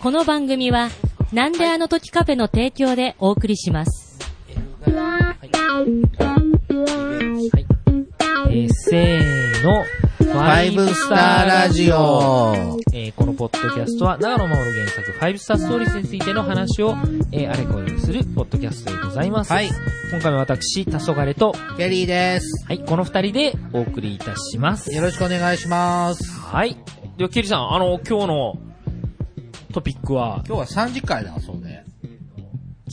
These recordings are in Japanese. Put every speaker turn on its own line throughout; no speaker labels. この番組は、なんであの時カフェの提供でお送りします。
映画はい。はい。えー、せーの。フ
ファイブスターラジ。オ。
えー、このポッドキャストは、長野守原作、ファイブスターストーリーズについての話を、えー、あれこれするポッドキャストでございます。
はい。
今回も私、黄昏と、
ケリーです。
はい、この二人でお送りいたします。
よろしくお願いします。
はい。では、キリさん、あの、今日のトピックは、
今日は30回だそうで。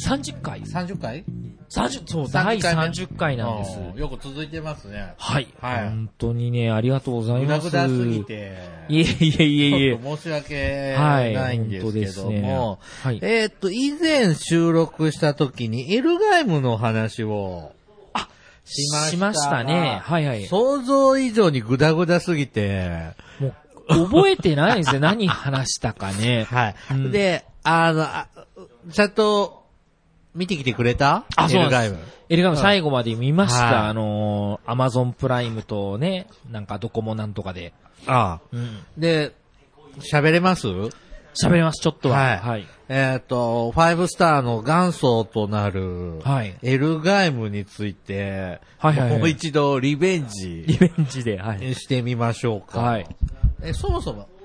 30回
30回
?30、そう、
30
第
回
30回なんです。
あーよく続いてますね。
はい。
はい
本当にね、ありがとうござい
ぐ
ま
だ
す。
ぐだすぎて。
いえいえいえい
ちょ
え
っ。と申し訳
はい。
ないんですけども
本。当ですね、はい。
えーっと、以前収録した時に、エルガイムの話をしました。
しましたね。はいはい。
想像以上にグダグダすぎて、
もう、覚えてないですね。 何話したかね。
はい。
うん
で、あのあ、ちゃんと、見てきてくれた
あそうなんです
エルガイム
エルガム最後まで見ました。
はい
あのー、アマゾンプライムとね、なんかドコモなんとかで。
ああ。
うん。
で、喋れます
喋れます、ちょっとは。
はい
はい。
えっ、と、ファイブスターの元祖となる、
はい
エルガイムについて、
はいはいはい
もう一度リベン
リ
ジ
ベンジで、はい。
してみましょうか。
はい。
え、そもそも、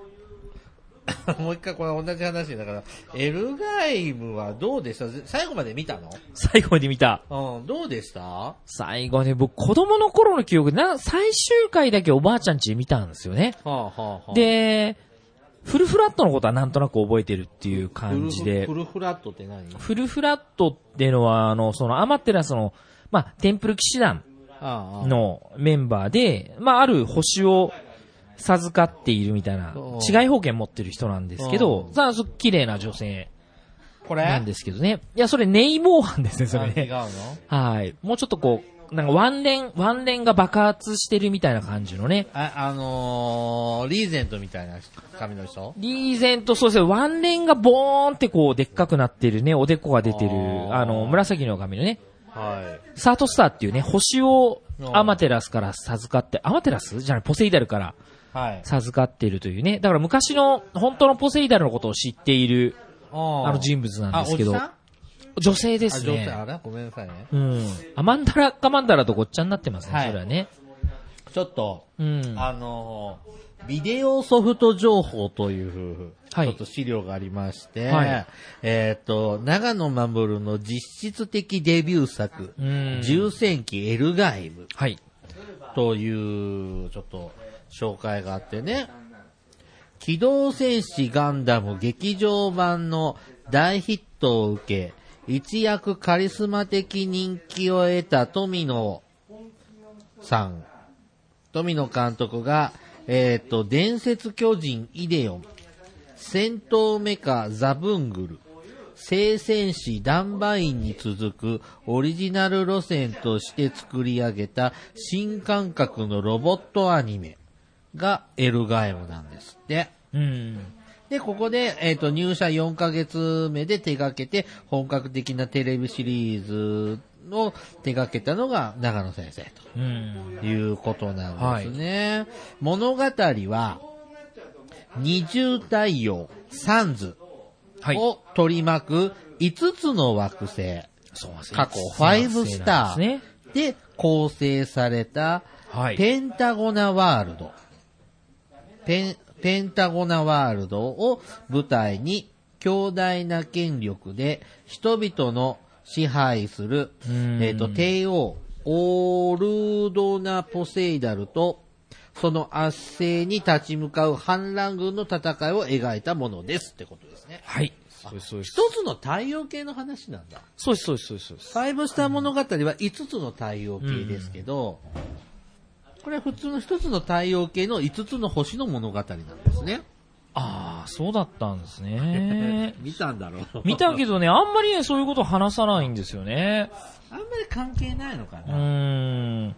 もう一回これ同じ話だから、エルガイムはどうでしたぜ最後まで見た
最後に見た。
のうん、どうでした
最後ね、僕、子供の頃の記憶、な、最終回だけおばあちゃん家で見たんですよね。
はあ、はあはあ、
で、フルフラットのことはなんとなく覚えてるっていう
フルフ
感じで
フ、ルフラットって何
フルフラットっていうのは、あの、そのアマテラスの、まあ、テンプル騎士団
ああ
のメンバーで、まあ、ある星を授かっているみたいな
お、う
違い保険持ってる人なんですけど
う、ん
さあ、そ綺麗な女性
これ
なんですけどね。いや、それネイモーハンですね、それ
あ違う
ね。
の
はい。もうちょっとこう、なんかワンレン、ワンレンが爆発してるみたいな感じのね。
あ、あのー、リーゼントみたいな髪の人
リーゼント、そうですね、ワンレンがボーンってこう、でっかくなってるね、おでこが出てる
あ、ー
あの、紫の髪のね、
はい。
サートスターっていうね、星を
あー
アマテラスから授かって、アマテラスじゃない、ポセイダルから
はい。
授かっているというね、だから昔の、本当のポセイダルのことを知っている、
あ
あの人物なんですけど、
あ、
女性で
おじ
す
さんあ、女性、
ね。
あらごめんなさいね。
うん。アマンダラ、カマンダラとごっちゃになってますね、
はい
それはね。
ちょっと、
うん。
あのー、ビデオソフト情報という、
はい
ちょっと資料がありまして、
はい
えっ、と、長野守の実質的デビュー作、
うん
重戦記エルガイム
はい。
という、ちょっと、紹介があってね。機動戦士ガンダム劇場版の大ヒットを受け、一躍カリスマ的人気を得た富野さん。富野監督が、えっ、と、伝説巨人イデオン、戦闘メカザブングル、聖戦士ダンバインに続くオリジナル路線として作り上げた新感覚のロボットアニメがエルガイムなんですって。
うん。
で、ここで、えっ、と、入社4ヶ月目で手掛けて、本格的なテレビシリーズを手掛けたのが長野先生と。
うん。
ということなんですね。物語は、二重太陽、サンズ
はい。
を取り巻く5つの惑星、
そうなんですね
過去ファイブスタ
そうなん
ー
ですね
で構成された
はい。
ペンタゴナワールド、ペン、ペンタゴナワールドを舞台に強大な権力で人々の支配する、
うん
えっ、と、帝王、オールドナ・ポセイダルと、その圧政に立ち向かう反乱軍の戦いを描いたものですってことですね。
はい。そうです、そうです。
一つの太陽系の話なんだ。
そうです、そうです、そうですそうです。
ファイブスター物語は5つの太陽系ですけど、これは普通の1つの太陽系の5つの星の物語なんですね。。
ああ、そうだったんですね
見たんだろう。
見たけどね、あんまりね、そういうこと話さないんですよね。
あんまり関係ないのか
う
な。
ーん。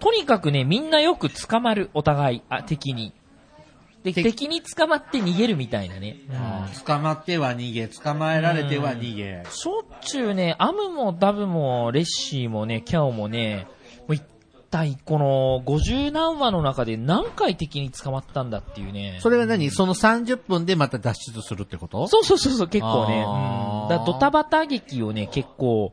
とにかくね、みんなよく捕まる、お互い、あ、敵に。で、
敵
敵に捕まって逃げるみたいなね。
あー捕まっては逃げ、捕まえられては逃げ。
しょっちゅうね、アムもダブもレッシーもね、キャオもね、もう一体この50何話の中で何回敵に捕まったんだっていうね。
それは何その30分でまた脱出するってこと
そうそうそうそう、結構ね。
あー
うんだからドタバタ劇をね、結構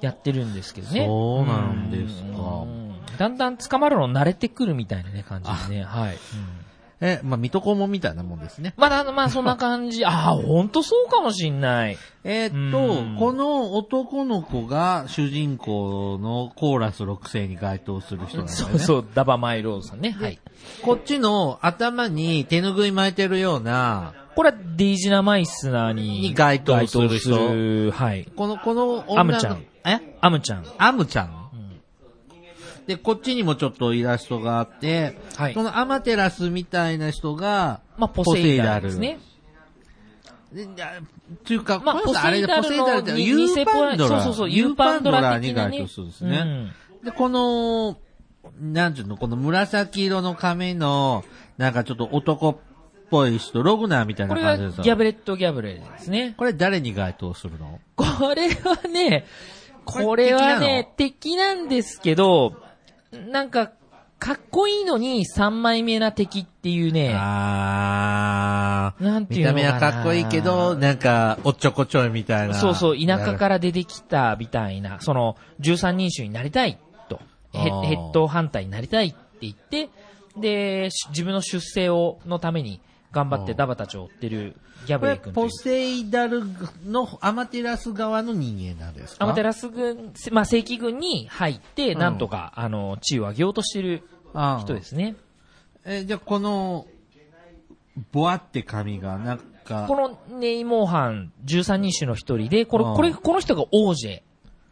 やってるんですけどね。
そうなんですか
うんだんだん捕まるの慣れてくるみたいなね、感じでね。はい。うん
え、まあ、水戸黄門みたいなもんですね。
まだ、あのまあ、そんな感 じ。ああ、ほんとそうかもしんない。
えー
うん
っと、この男の子が主人公のコーラス6世に該当する人なんだよ
そ
ね。
うそう、ダバマイローズさんね。はい。
こっちの頭に手ぬぐい巻いてるような、
これはデイジナ・マイスナーに
に該当する人
該当するはい。
この、この女の、
アムちゃん。
え
アムちゃん。
アムちゃん、で、こっちにもちょっとイラストがあって、
はい
そのアマテラスみたいな人が、
まあ、ポセイダルです
ポセイダ
ね。
でいやというか、
まあ
この人あれだ、
ポ
ポ
セ
セ
イ
イ
ダ
ダ
ル
ル
の
って
に
ユーパンドラ。
そうそうそう
ユーパンドラに
ユーパンドラ的なね
該当するんですね。で、この、なんていうの、この紫色の髪の、なんかちょっと男っぽい人、ログナーみたい
こ
な
れは
感
ギ
じですよ
ャブレット・ギャブレルですね。
これ誰に該当するの
これはね、こ
こ
れ
れ
はね、敵なんですけど、なんか、かっこいいのに3枚目な敵っていうね、
あー。
なんていうのかな
見た目はかっこいいけど、なんか、おっちょこちょいみたいな。
そうそう、田舎から出てきたみたいな、その、13人衆になりたいと、ヘ
あ
ッ
ー
ヘッドハンターになりたいって言って、で、し自分の出世を、のために頑張ってダバたちを追ってるギャ
こ
ブレ
れ、
君とい
ポ
う。
セイダルのアマテラス側の人間なんですか
アマテラス軍、せまあ、正規軍に入って、
ん
なんとか、あの、地位を上げようとしてる
あー
人ですね。
え、じゃあこの、ぼわって髪が、なんか、
このネイモーハン13人種の一人で、これ、
うん
これ、この人が王子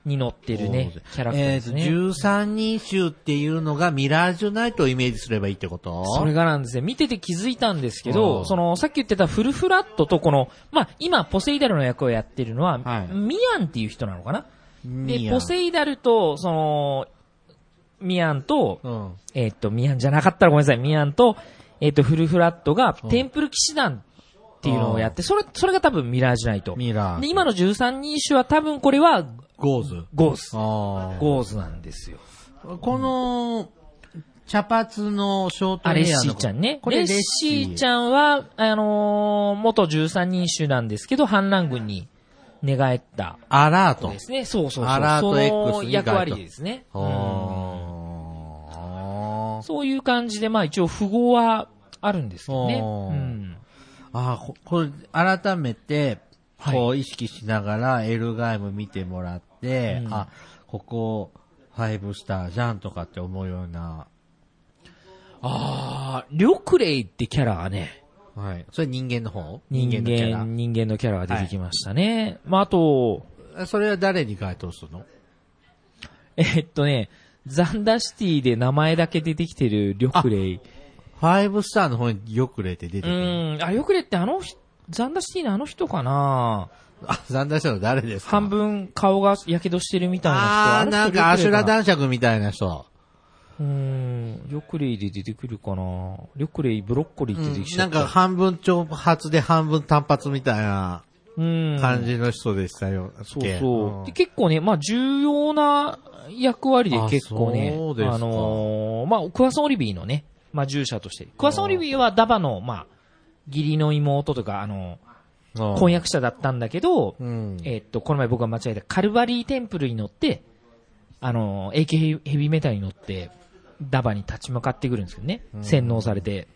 に乗ってるね
そう、
キャラクターですね。
えーと13人衆っていうのがミラージュナイトをイメージすればいいってこと
それがなんですね、見てて気づいたんですけど、
うん
その、さっき言ってたフルフラットとこの、まあ、今、ポセイダルの役をやってるのは、
はい
ミアンっていう人なのかなで、
で
ポセイダルと、その、ミアンと、
うん。
えっ、と、ミアンじゃなかったらごめんなさい、ミアンと、えっ、と、フルフラットが、
うん
テンプル騎士団っていうのをやって、それ、それが多分ミラージュナイト。
ミラー。
で、今の13人種は多分これは、
ゴーズ。
ゴーズ。
あー
ゴーズなんですよ。
この、茶髪のショート
あ、レッ
ヘアの
シーちゃんね。
こ
レ
れ
ッ
レッ
シ
シ
ー
ー
ちゃんは、あのー元13人種なんですけど、反乱軍に寝返った
アラー
子
ト
で。すね。そうそうそう。
アラート X
その役割ですね。
あ
うん
ー
そういう感じで、まあ一応符号はあるんですけどね。
おー
うん
あー、ここれ、改めて、
はい
こう意識しながら、エルガイム見てもらって、
うん
あ、ここ、ファイブスターじゃんとかって思うような、
あー、リョクレイってキャラがね、
はい。それ人間の方
人間、
のキャ
人間のキャラが出てきましたね。まああと、
ラ。それは誰に該当するの
えっとね、ザンダシティで名前だけ出てきてるリョクレイ。
ファイブスターの方によく例って出て
う
くる。
ん、あ、リョクレイってあの人、ザンダシティのあの人かな
あ、残念したの誰ですか
半分顔が火傷してるみたいな人。
あー、
れ
なんかアシュラ
リョ
男爵みたいな人。
クレイかなうん、リョクレイで出てくるかなリョクレイ、ブロッコリーって出てきち
な
ゃ
ん
った。
か半分長髪で半分短髪みたいな
うん、
感じの人でしたよ。
そう
け
そう。
ん
で結構ね、まあ重要な役割で結構ね、
あそうですか
あのーまあ、クワソン・オリビーのね、まあ従者として。クワソン・オリビーはダバの、まあ、義理の妹とか、あの
うん
婚約者だったんだけど、
うん。
えーっと、この前僕が間違えた、カルバリーテンプルに乗って、あのー、AK ヘビーメタルに乗って、ダバに立ち向かってくるんですけどね。洗脳されて。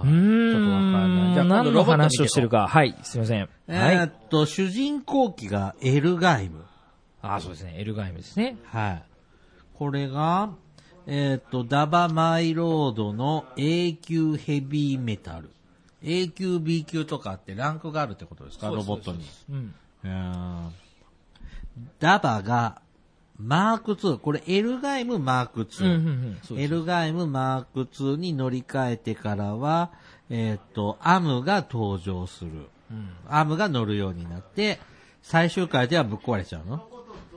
うーん。
ちょっとわかんないじゃあ今
何
度
の
ロボット見てこう
話をしてるか。はい、すいません。
え
はい
ー。っと、主人公機がエルガイム。
あ、そうですね。エルガイムですね。
はい。これが、えーっと、ダバマイロードの A 級ヘビーメタル。A 級、B 級とかあってランクがあるってことですかロボットに。
うん。
うーんダバが、マーク2。これ、エルガイムマーク2。
うん、うん、うん。そう
エルガイムマーク2に乗り換えてからは、えーっと、アムが登場する。アムが乗るようになって、最終回ではぶっ壊れちゃうの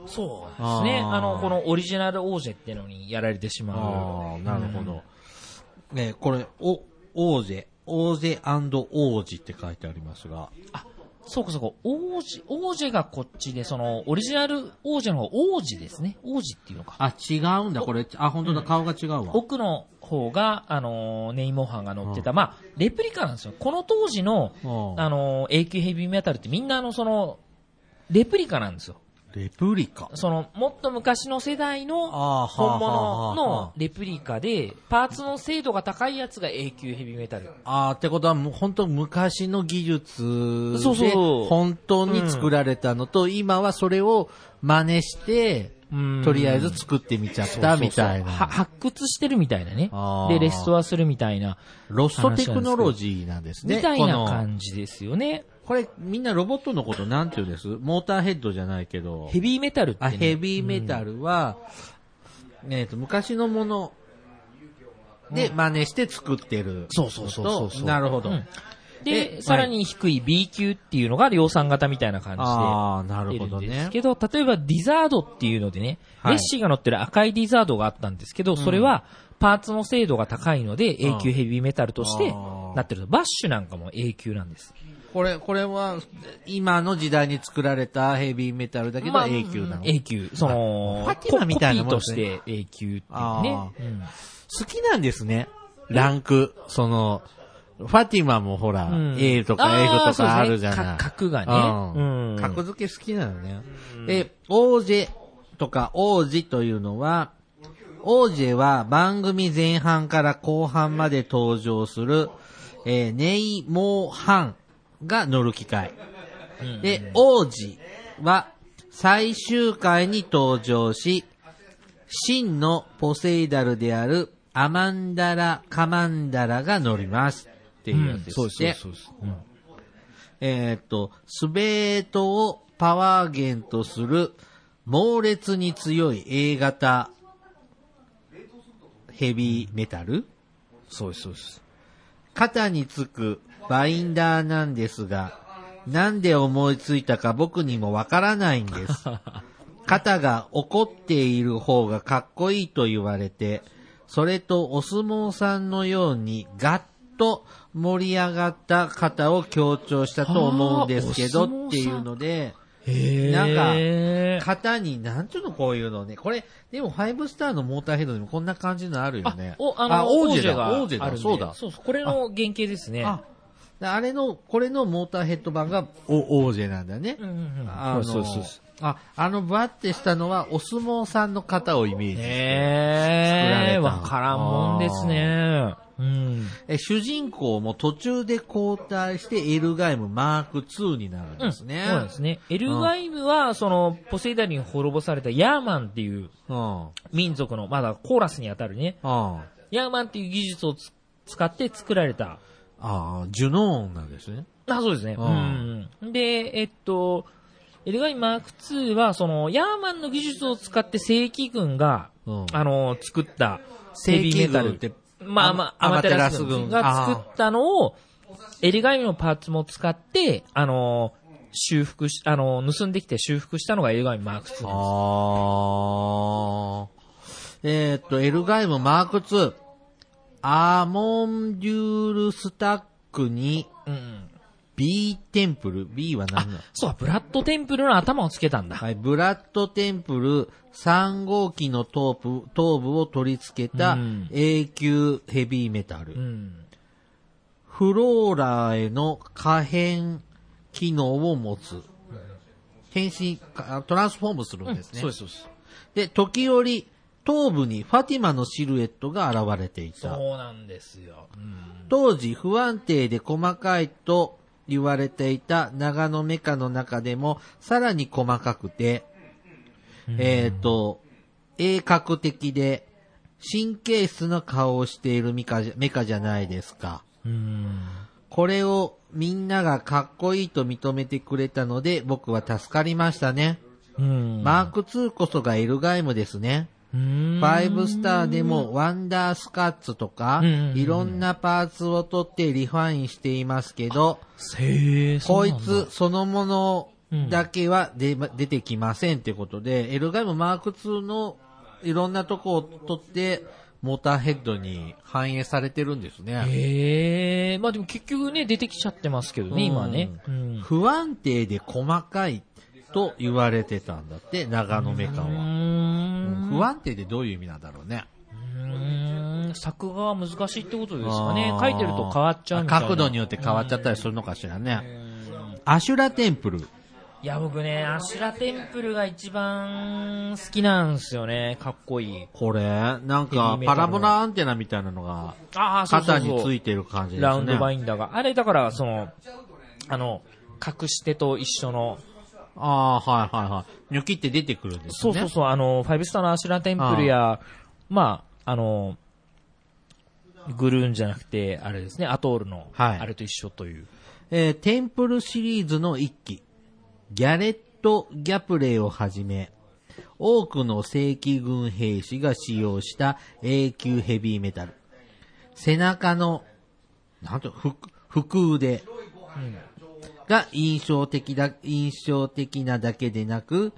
そうですね。
あー
あの、このオリジナルオージェってのにやられてしまう。
ああ、なるほど。ねこれ、お、オージェ、オージェオージって書いてありますが、
そうかそうか、王子、王子がこっちで、その、オリジナル王子の方が王子ですね。王子っていうのか。
あ、違うんだ、これ。あ、本当だ、顔が違うわ。
奥の方が、あのーネイモーハンが乗ってた、まあ、レプリカなんですよ。この当時の、
うん
あのー、A 級ヘビーメタルってみんなあの、その、レプリカなんですよ。
レプリカ。
その、もっと昔の世代の
あー
本
はあはあは
物
あ
のレプリカで、パーツの精度が高いやつが A 級ヘビーメタル。
あーってことは、もう本当昔の技術
そう
で
そう、
本当に作られたのと、今はそれを真似して、
うん
とりあえず作ってみちゃったみたい
そうそうは
な。
発掘してるみたいなね
あ。ー
で、レストアするみたいな。
ロストテクノロジーなんですね。
みたい
こ
な
の
感じですよね。
これ、みんなロボットのことなんて言うんですモーターヘッドじゃないけど。
ヘビーメタルって、
あ
ね。
ヘビーメタルは、えっと、昔のもので真似して作ってる。
そうそうそうそうそう
なるほど。
うんで、
え
さらに低い B 級っていうのが量産型みたいな感じで。
ああ、なる
出
ほ
る
ど
んです
ね。
けど、例えばディザードっていうのでね、
はい
レッシーが乗ってる赤いディザードがあったんですけど、それはパーツの精度が高いので A 級ヘビーメタルとして
あー
なってると。バッシュなんかも A 級なんです。
これ、これは、今の時代に作られたヘビーメタルだけど A 級なの。
A 級。その、
ファティナみたいな
コ
もん
コ
で
ピーと
す
し
ね
て A 級っていう
あ
ね。
ー好きなんですね。ランク。その、ファティマもほら、
うん
A とか F とか
ーそう
ある
です
じ
ね
ゃない。
か格が
う
ね。
ん。
うん
格付け好きなのね。で、王子とか王子というのは、王子は番組前半から後半まで登場する、えーネイモーハンが乗る機械。で、王子は最終回に登場し、真のポセイダルであるアマンダラ・カマンダラが乗ります。っていうやつで
そう
して、
ですそうです。うん
えーっと、スベートをパワー源とする猛烈に強い A 型ヘビーメタル
そうです、そうです。
肩につくバインダーなんですが、なんで思いついたか僕にもわからない んです。肩が怒っている方がかっこいいと言われて、それとお相撲さんのようにガッと盛り上がった肩を強調したと思うんですけ
あー
ど
お相撲さん
っていうので、
へ
なん
か、
肩に、なんちゅうのこういうのね。これ、でも5スターのモーターヘッドでもこんな感じのあるよ
あ
ね。、
お、あの、
王
王
子
子
だ、
がある
王
んで。
子だ、そうだ。
そうそう、これの原型ですね。
あ、であれの、これのモーターヘッド版がお、オージェなんだね。
うんうんうん
あの
そうですそうです
あ、あのバってしたのはお相撲さんの型をイメージしてる
へえ、
作られた
わからんもんですね。うん。
え主人公も途中で交代してエルガイムマーク2になるんですね。
そうですね。エルガイムは、その、ポセイダリに滅ぼされたヤーマンっていう
うん。うん。
民族の、まだコーラスにあたるね、
あ
ヤーマンっていう技術をつ使って作られた。
あ、ジュノーンなんですね。
あ、そうですね。
う
うん。で、えっと、エルガイムマーク2は、その、ヤーマンの技術を使って正規軍が、
うん
あの、作った、
正規軍って
まあまあ、
ア
ア
マ
マ
テ
テ
ラ
ラ
ス
ス
軍
軍が作ったのを、エルガイムのパーツも使って、あの、修復し、あの、盗んできて修復したのがエルガイムマーク2なんです。
ああ。えーっと、エルガイムマーク2。アモンデュールスタックに
うんうん。
B テンプル。B は
あ
何なの、
そうか、ブラッドテンプルの頭をつけたんだ。
はい、ブラッドテンプル3号機の頭部頭部を取り付けた
うん
A 級ヘビーメタル。
うん。
フローラへの可変機能を持つ。変身、かトランスフォームするんですね。
そうです、そうです。
で、時折、頭部にファティマのシルエットが現れていた。
そうなんですよ。うん。
当時不安定で細かいと言われていた長野メカの中でもさらに細かくて、えっ、と、鋭角的で神経質な顔をしているメカじゃメカじゃないですか。
うん。
これをみんながかっこいいと認めてくれたので僕は助かりましたね。
うん。
マーク2こそがエルガイムですね。
うーん
ファイブスターでもワンダースカッツとか
うんうんう、ん
いろんなパーツを取ってリファインしていますけど、
へえ、
こ
そう
い
なんだ
つそのものだけは出ま出てきませんってことで、エルガイムマーク2のいろんなとこを取って、モーターヘッドに反映されてるんですね。
へえ、まあでも結局ね、出てきちゃってますけどね、今ね。うん。
不安定で細かいと言われてたんだって、長野メカ
う
は。
ーん
不安定ってどういう意味なんだろうね。
うーん作画は難しいってことですかね
あ。ー
書いてると変わっちゃうみたいな。
角度によって変わっちゃったりするのかしらね。アシュラテンプル。
いや、僕ね、アシュラテンプルが一番好きなんですよね。かっこいい。
これ、なんかパラボラアンテナみたいなのが
ああ、そうそう
肩
そう
についてる感じですね。
ラウンドバインダーが。あれ、だから、その、あの、隠し手と一緒の、
ああ、はいはいはい。ニョキって出てくるんですね。
そうそうそう、あの、ファイブスターのアシュラテンプルや、まあ、あの、グルーンじゃなくて、あれですね、アトールの、
はい
あれと一緒という。
えーテンプルシリーズの一期、ギャレット・ギャプレイをはじめ、多くの正規軍兵士が使用した A 級ヘビーメタル。背中の、なんと、ふ腹腕が印象的だ、印象的なだけでなく、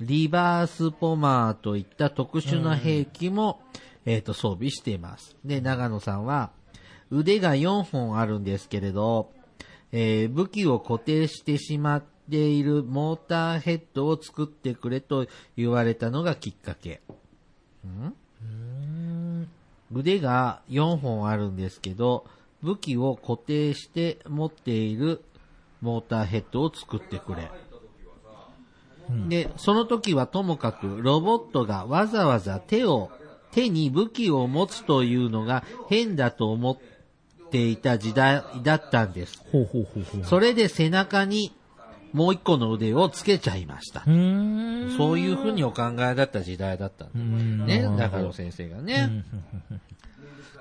リバースポマーといった特殊な兵器も、えっ、と、装備しています。で、長野さんは、腕が4本あるんですけれど、えー武器を固定してしまっているモーターヘッドを作ってくれと言われたのがきっかけ。腕が4本あるんですけど、武器を固定して持っているモーターヘッドを作ってくれ。で、その時はともかくロボットがわざわざ手を、手に武器を持つというのが変だと思っていた時代だったんです。
ほうほうほうほう。
それで背中にもう一個の腕をつけちゃいました
う。ーん。
そういうふうにお考えだった時代だったんだね、中野先生がね。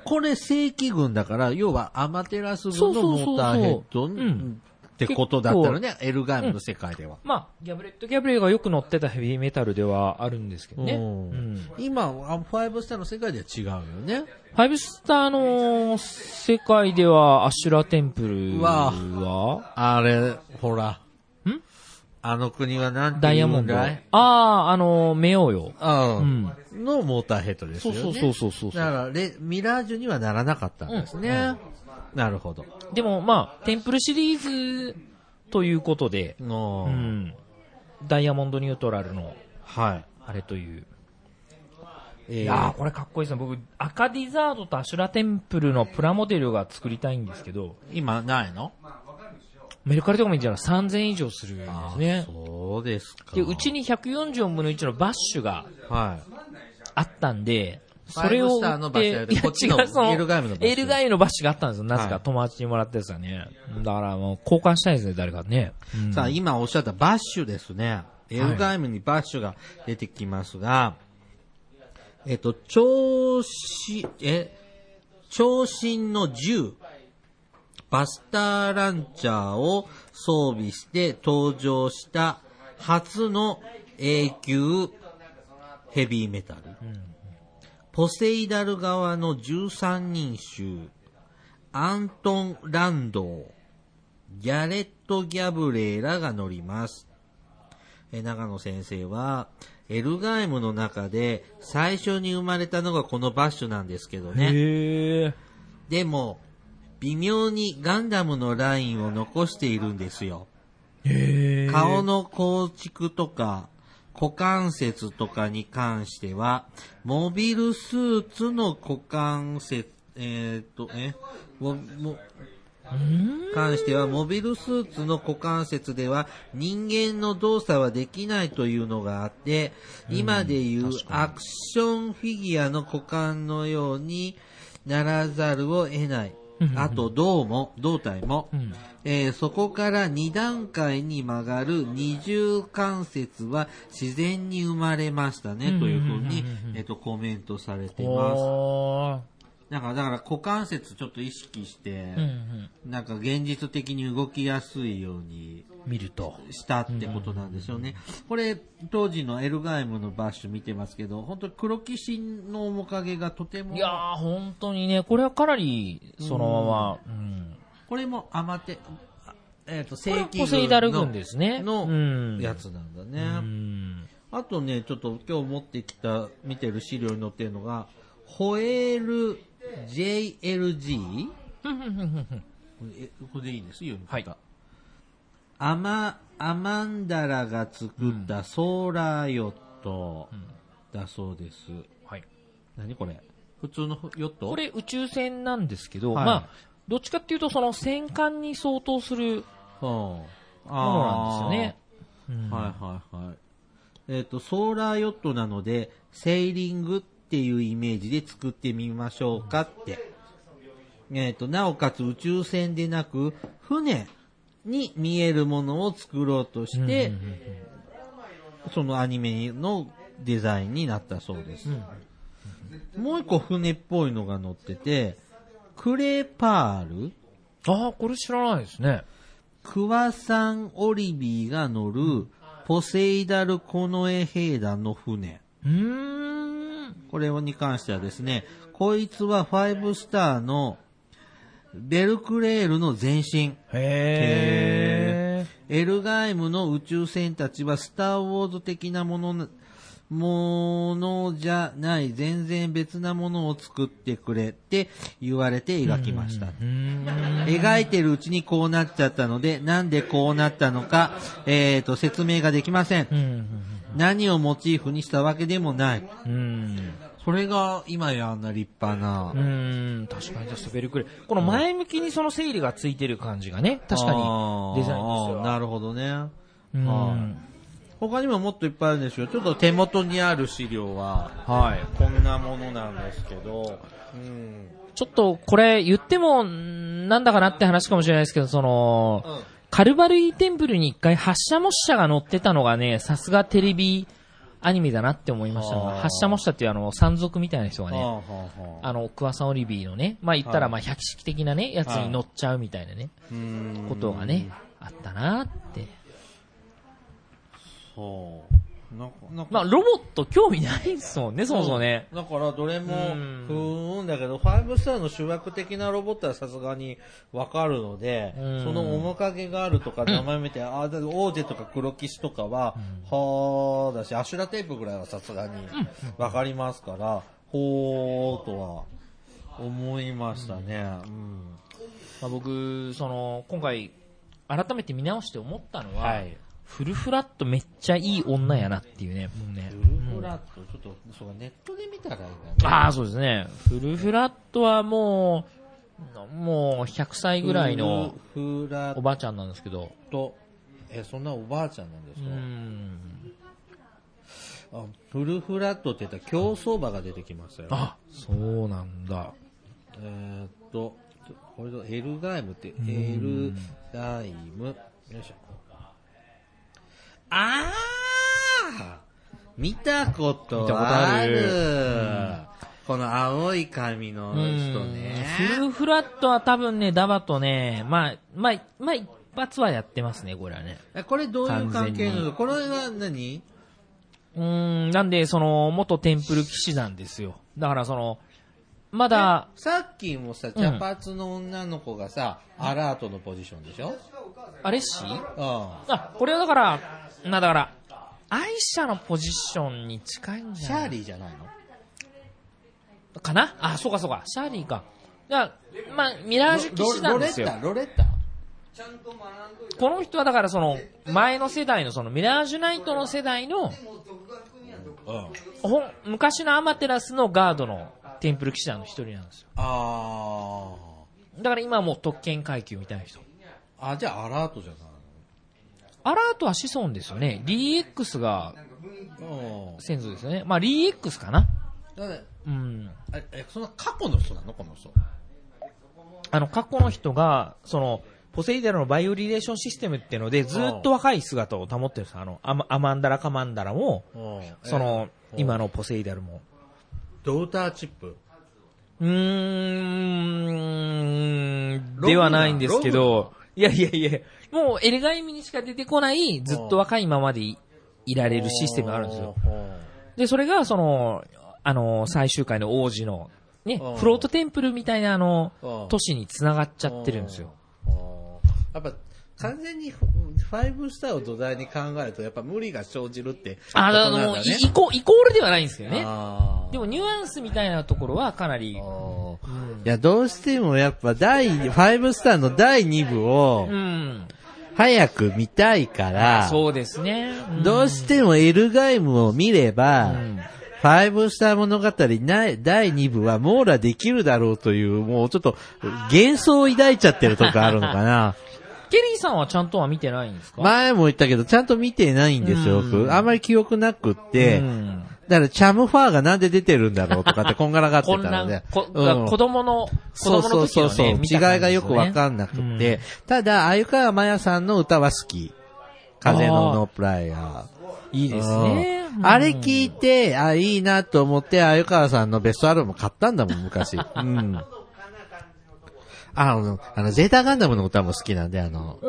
これ正規軍だから、要はアマテラス軍のモーターヘッド
そうそうそうそううん
ってことだったのね、エルガイムの世界では。
まあ、ギャブレット・ギャブレイがよく乗ってたヘビーメタルではあるんですけどね。
うん
うん
今、あファイブスターの世界では違うよね。
ファイブスターの世界では、アシュラテンプルは、
あれ、ほら。
ん
あの国はなんて
ダイ
い
ヤ
う
モン
ん
ド。
だ
あ
い
あー、あの、メオよ。
うん。のモーターヘッドです
そ
よ
う
ね。
そうそうそうそう。
だからレ、ミラージュにはならなかったんですね。なるほど。
でも、まあ、テンプルシリーズということで、
の
うん、ダイヤモンドニュートラルの、
はい。
あれという。
え
い
ー
やー、これかっこいいですね。僕、アカディザードとアシュラテンプルのプラモデルが作りたいんですけど、
今ないの
メルカリとか見たら3000円以上するんですね。
そうですか。
で、うちに144分の1のバッシュが
はい。
あったんで、それを
ファイブスター
売
の
っ
バッ
て、いや違
シュじゃなくてこっちの
う、その、
エルガイムのバッシュ
エルガイムのバッシュがあったんですよ。なぜ
は
か
い
友達にもらったやつはね。だからもう交換したいですね、誰かね。うん
さあ、今おっしゃったバッシュですね。エルガイムにバッシュが出てきますが、えっと、長子、え、長身の銃、バスターランチャーを装備して登場した初の A 級ヘビーメタル。ポセイダル側の13人衆、アントン・ランドー、ギャレット・ギャブレーらが乗ります。えー長野先生は、エルガイムの中で最初に生まれたのがこのバッシュなんですけどね。
へー
でも、微妙にガンダムのラインを残しているんですよ。
へー
顔の構築とか、股関節とかに関しては、モビルスーツの股関節、えーっと、え、も、も、関しては、モビルスーツの股関節では人間の動作はできないというのがあって、今でいうアクションフィギュアの股間のようにならざるを得ない。あと、胴も、胴体も、えーそこから2段階に曲がる二重関節は自然に生まれましたね、というふうに、えっと、コメントされています。
おー
なんか、だから股関節ちょっと意識して、なんか現実的に動きやすいように
見ると。
したってことなんですよね。これ、当時のエルガイムのバッシュ見てますけど、本当黒騎士の面影がとても
い、やー、本当にね、これはかなり、そのまま、うん。
これもアマテ、あえっ、と、正規軍の
ポセイダル軍ですねうん
のやつなんだね。
うん
あとね、ちょっと今日持ってきた、見てる資料に載ってるのが、ホエール JLG?
ふんふんふんふんふん
これえこれでいいです読み方。
はい
アマ、アマンダラが作ったソーラーヨットだそうです。
はい。
何これ普通のヨット
これ宇宙船なんですけど、
はい
まあ、どっちかっていうとその戦艦に相当する
うん。
ものなんですよね。
あーはいはいはい。えっ、と、ソーラーヨットなので、セーリングっていうイメージで作ってみましょうかって。えっ、と、なおかつ宇宙船でなく、船に見えるものを作ろうとして、
うんうん
そのアニメのデザインになったそうです。もう一個船っぽいのが載ってて、クレーパール
ああ、これ知らないですね。
クワサン・オリビーが乗るポセイダル・コノエ兵団の船。
うーん。
これに関してはですね、こいつはファイブスターのベルクレールの前身。
へえ。
エルガイムの宇宙船たちはスターウォーズ的なものな、ものじゃない、全然別なものを作ってくれって言われて描きました。
うーん。
描いてるうちにこうなっちゃったので、なんでこうなったのか、えー、と、説明ができません
う。ん。
何をモチーフにしたわけでもない。
うん。
それが今やあんな立派な
う。ーん。確かに、スベルクレ。この前向きにその整理がついてる感じがね、確かにデザインとして
あー
は。
なるほどね。
うん
はい他にももっといっぱいあるんですよ。ちょっと手元にある資料は、はい、こんなものなんですけど、うん。
ちょっとこれ言っても、んーなんだかなって話かもしれないですけど、その、
うん
カルバルイーテンプルに一回発射模写が載ってたのがね、さすがテレビアニメだなって思いましたのが
あー
発射模写っていうあの、山賊みたいな人が
はあ
ね、
はあはあ
あの、桑さんオリビーのね、まあ言った
は
ら
い
まあ百式的なね、やつに乗っちゃうみたいなね、
うん
ことがね、あったなって。
そう。なんか、なんか、
まあロボット興味ないっすもんね、そもそもね。
だからどれも
うん、
ふーんだけど、ファイブスターの主役的なロボットはさすがにわかるので、
うん
その面影があるとか、名前見て、ああ、だって王子とか黒騎士とかは、はーだし、アシュラテープぐらいはさすがにわかりますから、ほーとは思いましたね。うん
まあ、僕、その、今回、改めて見直して思ったのは、
はい
フルフラットめっちゃいい女やなっていうね、もうね。
ウルフラット、ちょっと、そうかネットで見たらいいな。
ああ、そうですね。フルフラットはもう、もう100歳ぐらいの
ウルフラ
お
ッ
ばあちゃんなんですけど、
ト、え、そんなおばあちゃんなんです
う
か、
ん。
あフルフラットって言ったら競走馬が出てきましたよ。
あ、そうなんだ。
えーっと、ちょこれとエルガイムって、エルガイム。よいしょ。あー見たこと
見たこと
あ
あ
る
る
この青い髪の人
フ
ね。
ルフラットは多分ね、ダバとね、まあ、まあ、まあ一発はやってますね、これはね。
えこれどういう関係な
完全
のこれは何
うーん、なんで、その、元テンプル騎士なんですよ。だからその、まだ、
さっきもさ、
うん
茶髪の女の子がさ、アラートのポジションでしょ
あれっし
うん。
あ、これはだから、な、だから、愛車のポジションに近いんじ
シ
ゃない
ャーリーじゃないの
ーかなあ、そうかそうか、シャーリーか。だからまあ、ミラージュ騎士なんですよ。
ロレッタ、ロレッ
この人はだからその、前の世代の、そのミラージュナイトの世代の、
タうん。
ほん昔のアマテラスのガードのテンプル騎士団の一人なんですよ。
あ
だから今はもう特権階級みたいな人。
ー。あ、じゃあアラートじゃない
アラートは子孫ですよね。DX が
の
先祖ですよね。まあ、DX かな
うん。だって
うん。
あえ、その過去の人なのこの人。
あの、過去の人が、その、ポセイダルのバイオリレーションシステムっていうので、ずーっと若い姿を保ってるんですよあの、アマアマンダラカマンダラも、その、
えー
今のポセイダルも。
ドーターチップ。
うーん、
ロブ
ではないんですけど、いやいやいや、もうエレガイミにしか出てこない、ずっと若いままでいいられるシステムがあるんですよ。
ほう。ほ
で、それが、その、あの、最終回の王子の、ね
うん、
フロートテンプルみたいな、あの
うん、
都市に繋がっちゃってるんですよ。
うほうやっぱ、完全に、 5スターを土台に考えると、やっぱ無理が生じるってこと
あ、
な
だから
ん
もう、
だね。
イコイコールではないんですけどね。
あー
でもニュアンスみたいなところはかなり、
いや、どうしてもやっぱ第、5スターの第2部を
う、ん。
早く見たいから、
そうですね。うん
どうしてもエルガイムを見れば、ファイブスター物語ない第2部は網羅できるだろうという、もうちょっと幻想を抱いちゃってるとかあるの かな。
ケリーさんはちゃんとは見てないんですか
前も言ったけど、ちゃんと見てないんですよ、
うん
僕。あんまり記憶なくって、
うん
だからチャムファーがなんで出てるんだろうとかってこんがらがって
こん
た
な
ので
ん、。こ
うん
子供の、子
そう
供
そ
の
う
時
そう
の
そう、
ね、見
違
た
い
感じ
がよくわ
ですね
かんなくて、ただ、鮎川真也さんの歌は好き。風のノープライヤー。
いいですね
う。んあれ聞いて、あ、いいなと思って、鮎川さんのベストアルバム買ったんだもん、 昔。うん。あの、あの、ゼータガンダムの歌も好きなんで、あの、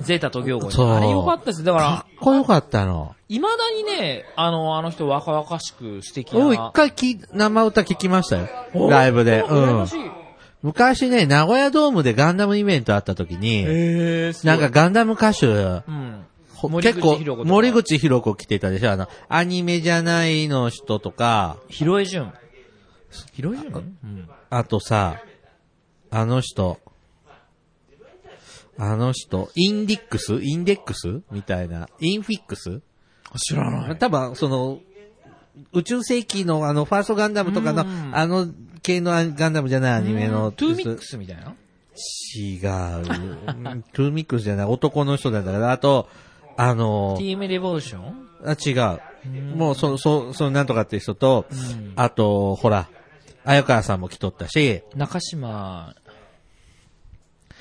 ゼータと行語
そう
あれよかったです。だから
か、っこよかったの。
未だにね、あの、あの人若々しく素敵な。
お一回き、生歌聞きましたよ。
お
ライブで。
お羨
う
ま
ん
し。い
昔ね、名古屋ドームでガンダムイベントあった時に、
へーすご
ないんかガンダム歌手、
うん。
ほ
森口
結構
博子と、か
森口博子来てたでしょあの、アニメじゃないの人とか、
ひろえじゅん。ひろえじゅんうん。
あとさ、あの人、あの人、インディックスインデックスみたいな。インフィックス
知らない。
多分、その、宇宙世紀のあの、ファーストガンダムとかの、
うん
あの系のあガンダムじゃないアニメの。
トゥーミックスみたいな
違う。うんトゥーミックスじゃない。男の人なんだから。あと、あの、
?TM レボリューション
あ、違う。もう、そ、そ、そのなんとかって人と、あと、ほら、鮎川さんも来とったし、
中島、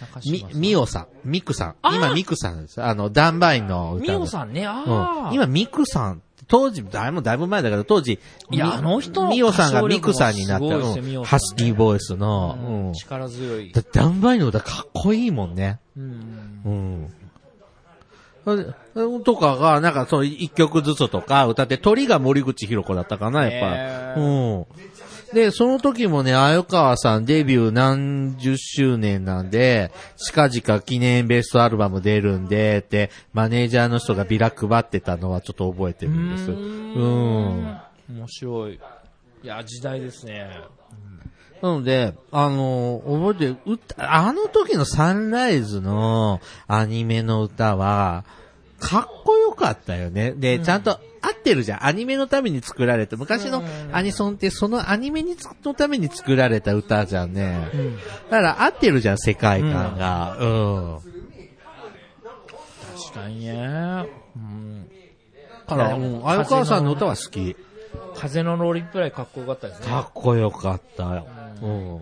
中
み
島、さん。
みおさん。みくさん。
あー
今、みくさんです。あの、ダンバインの歌
み
の。
おさんね、
う
ああ、
ん。今、みくさん。当時、だいぶ、だいぶ前だけど、当時、
いや
み
あの人の
みおさんがみくさんになった。
歌唱力もすごいですよみ
うん
おさんね
ハスキーボイス
うん
の。
力強い。
うん。ダンバインの歌かっこいいもんね。
うん。
うん。とかが、なんかそう、一曲ずつとか歌って、鳥が森口博子だったかな、や
へ
っぱ。うん。で、その時もね、鮎川さんデビュー何十周年なんで、近々記念ベストアルバム出るんで、って、マネージャーの人がビラ配ってたのはちょっと覚えてるんです。
う
うん。
面白い。いや、時代ですね。
なので、あの、覚えてる、歌、あの時のサンライズのアニメの歌は、かっこよかったよね。で、ちゃんと合ってるじゃん。アニメのために作られた。昔のアニソンってそのアニメにつのために作られた歌じゃんね。だから合ってるじゃん、世界観が。うん。
確かにね。うん。
か
い
ら、
や
う
でも
ん、あゆかわさんの歌は好き。
風のローリップライかっこよかったですね。
かっこよかったよ。うん。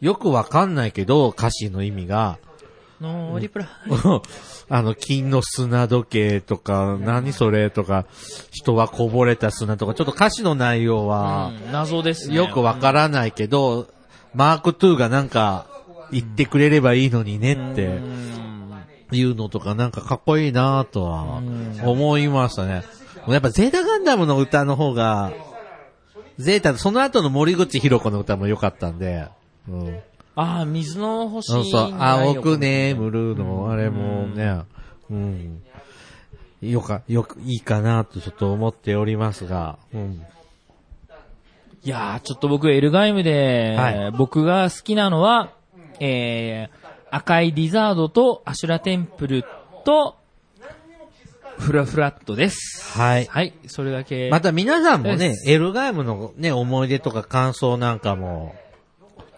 よくわかんないけど、歌詞の意味が、
ローリップライ。
あの、金の砂時計とか、何それとか、人はこぼれた砂とか、ちょっと歌詞の内容は、
うん謎ですね。
よくわからないけど、マーク2がなんか、言ってくれればいいのにねっていうのとか、なんかかっこいいなとは、思いましたね。やっぱゼータガンダムの歌の方が、ゼータ、その後の森口博子の歌も良かったんで、うん。
ああ、水の星
そうそう、
にないよ
青く眠るの、あれもね、うん。よか、よく、いいかなとちょっと思っておりますが、うん。
いやー、ちょっと僕、エルガイムで、
はい
僕が好きなのは、えー、赤いリザードとアシュラテンプルと、フラフラットです。
はい。
はい、それだけ。
また皆さんもね
で、
エルガイムのね、思い出とか感想なんかも、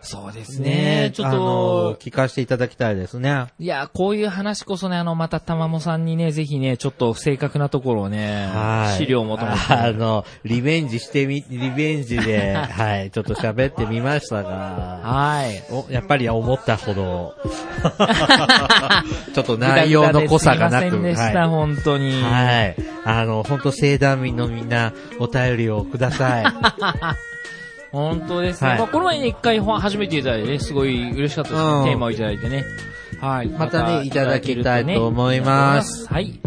そうですね
ね、
ちょっ
あの
と、
聞かせていただきたいですね。
いやー、こういう話こそね、あの、またたまもさんにね、ぜひね、ちょっと正確なところをね、
はい。
資料を求めて。
あの、リベンジしてみ、リベンジで、 はい、ちょっと喋ってみましたが、
はい。
お、やっぱり思った ほど、ちょっと内容の濃さがなく、
ぐだぐだですいませんでした、
はい
本当に。
はい。あの、本当聖団民のみんな、お便りをくだ さい。
本当ですね。
はい
まあ、この前ね、一回ほん初めていただいてね、すごい嬉しかったですね、
うん
テーマをいただいてね。はい。
またねいただきたいと思い
ただ
ま
ける
す
とねはい。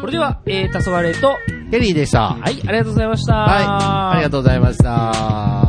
それでは、えー、黄昏と、
ケリーでした。
はい、ありがとうございました。
はい。ありがとうございました。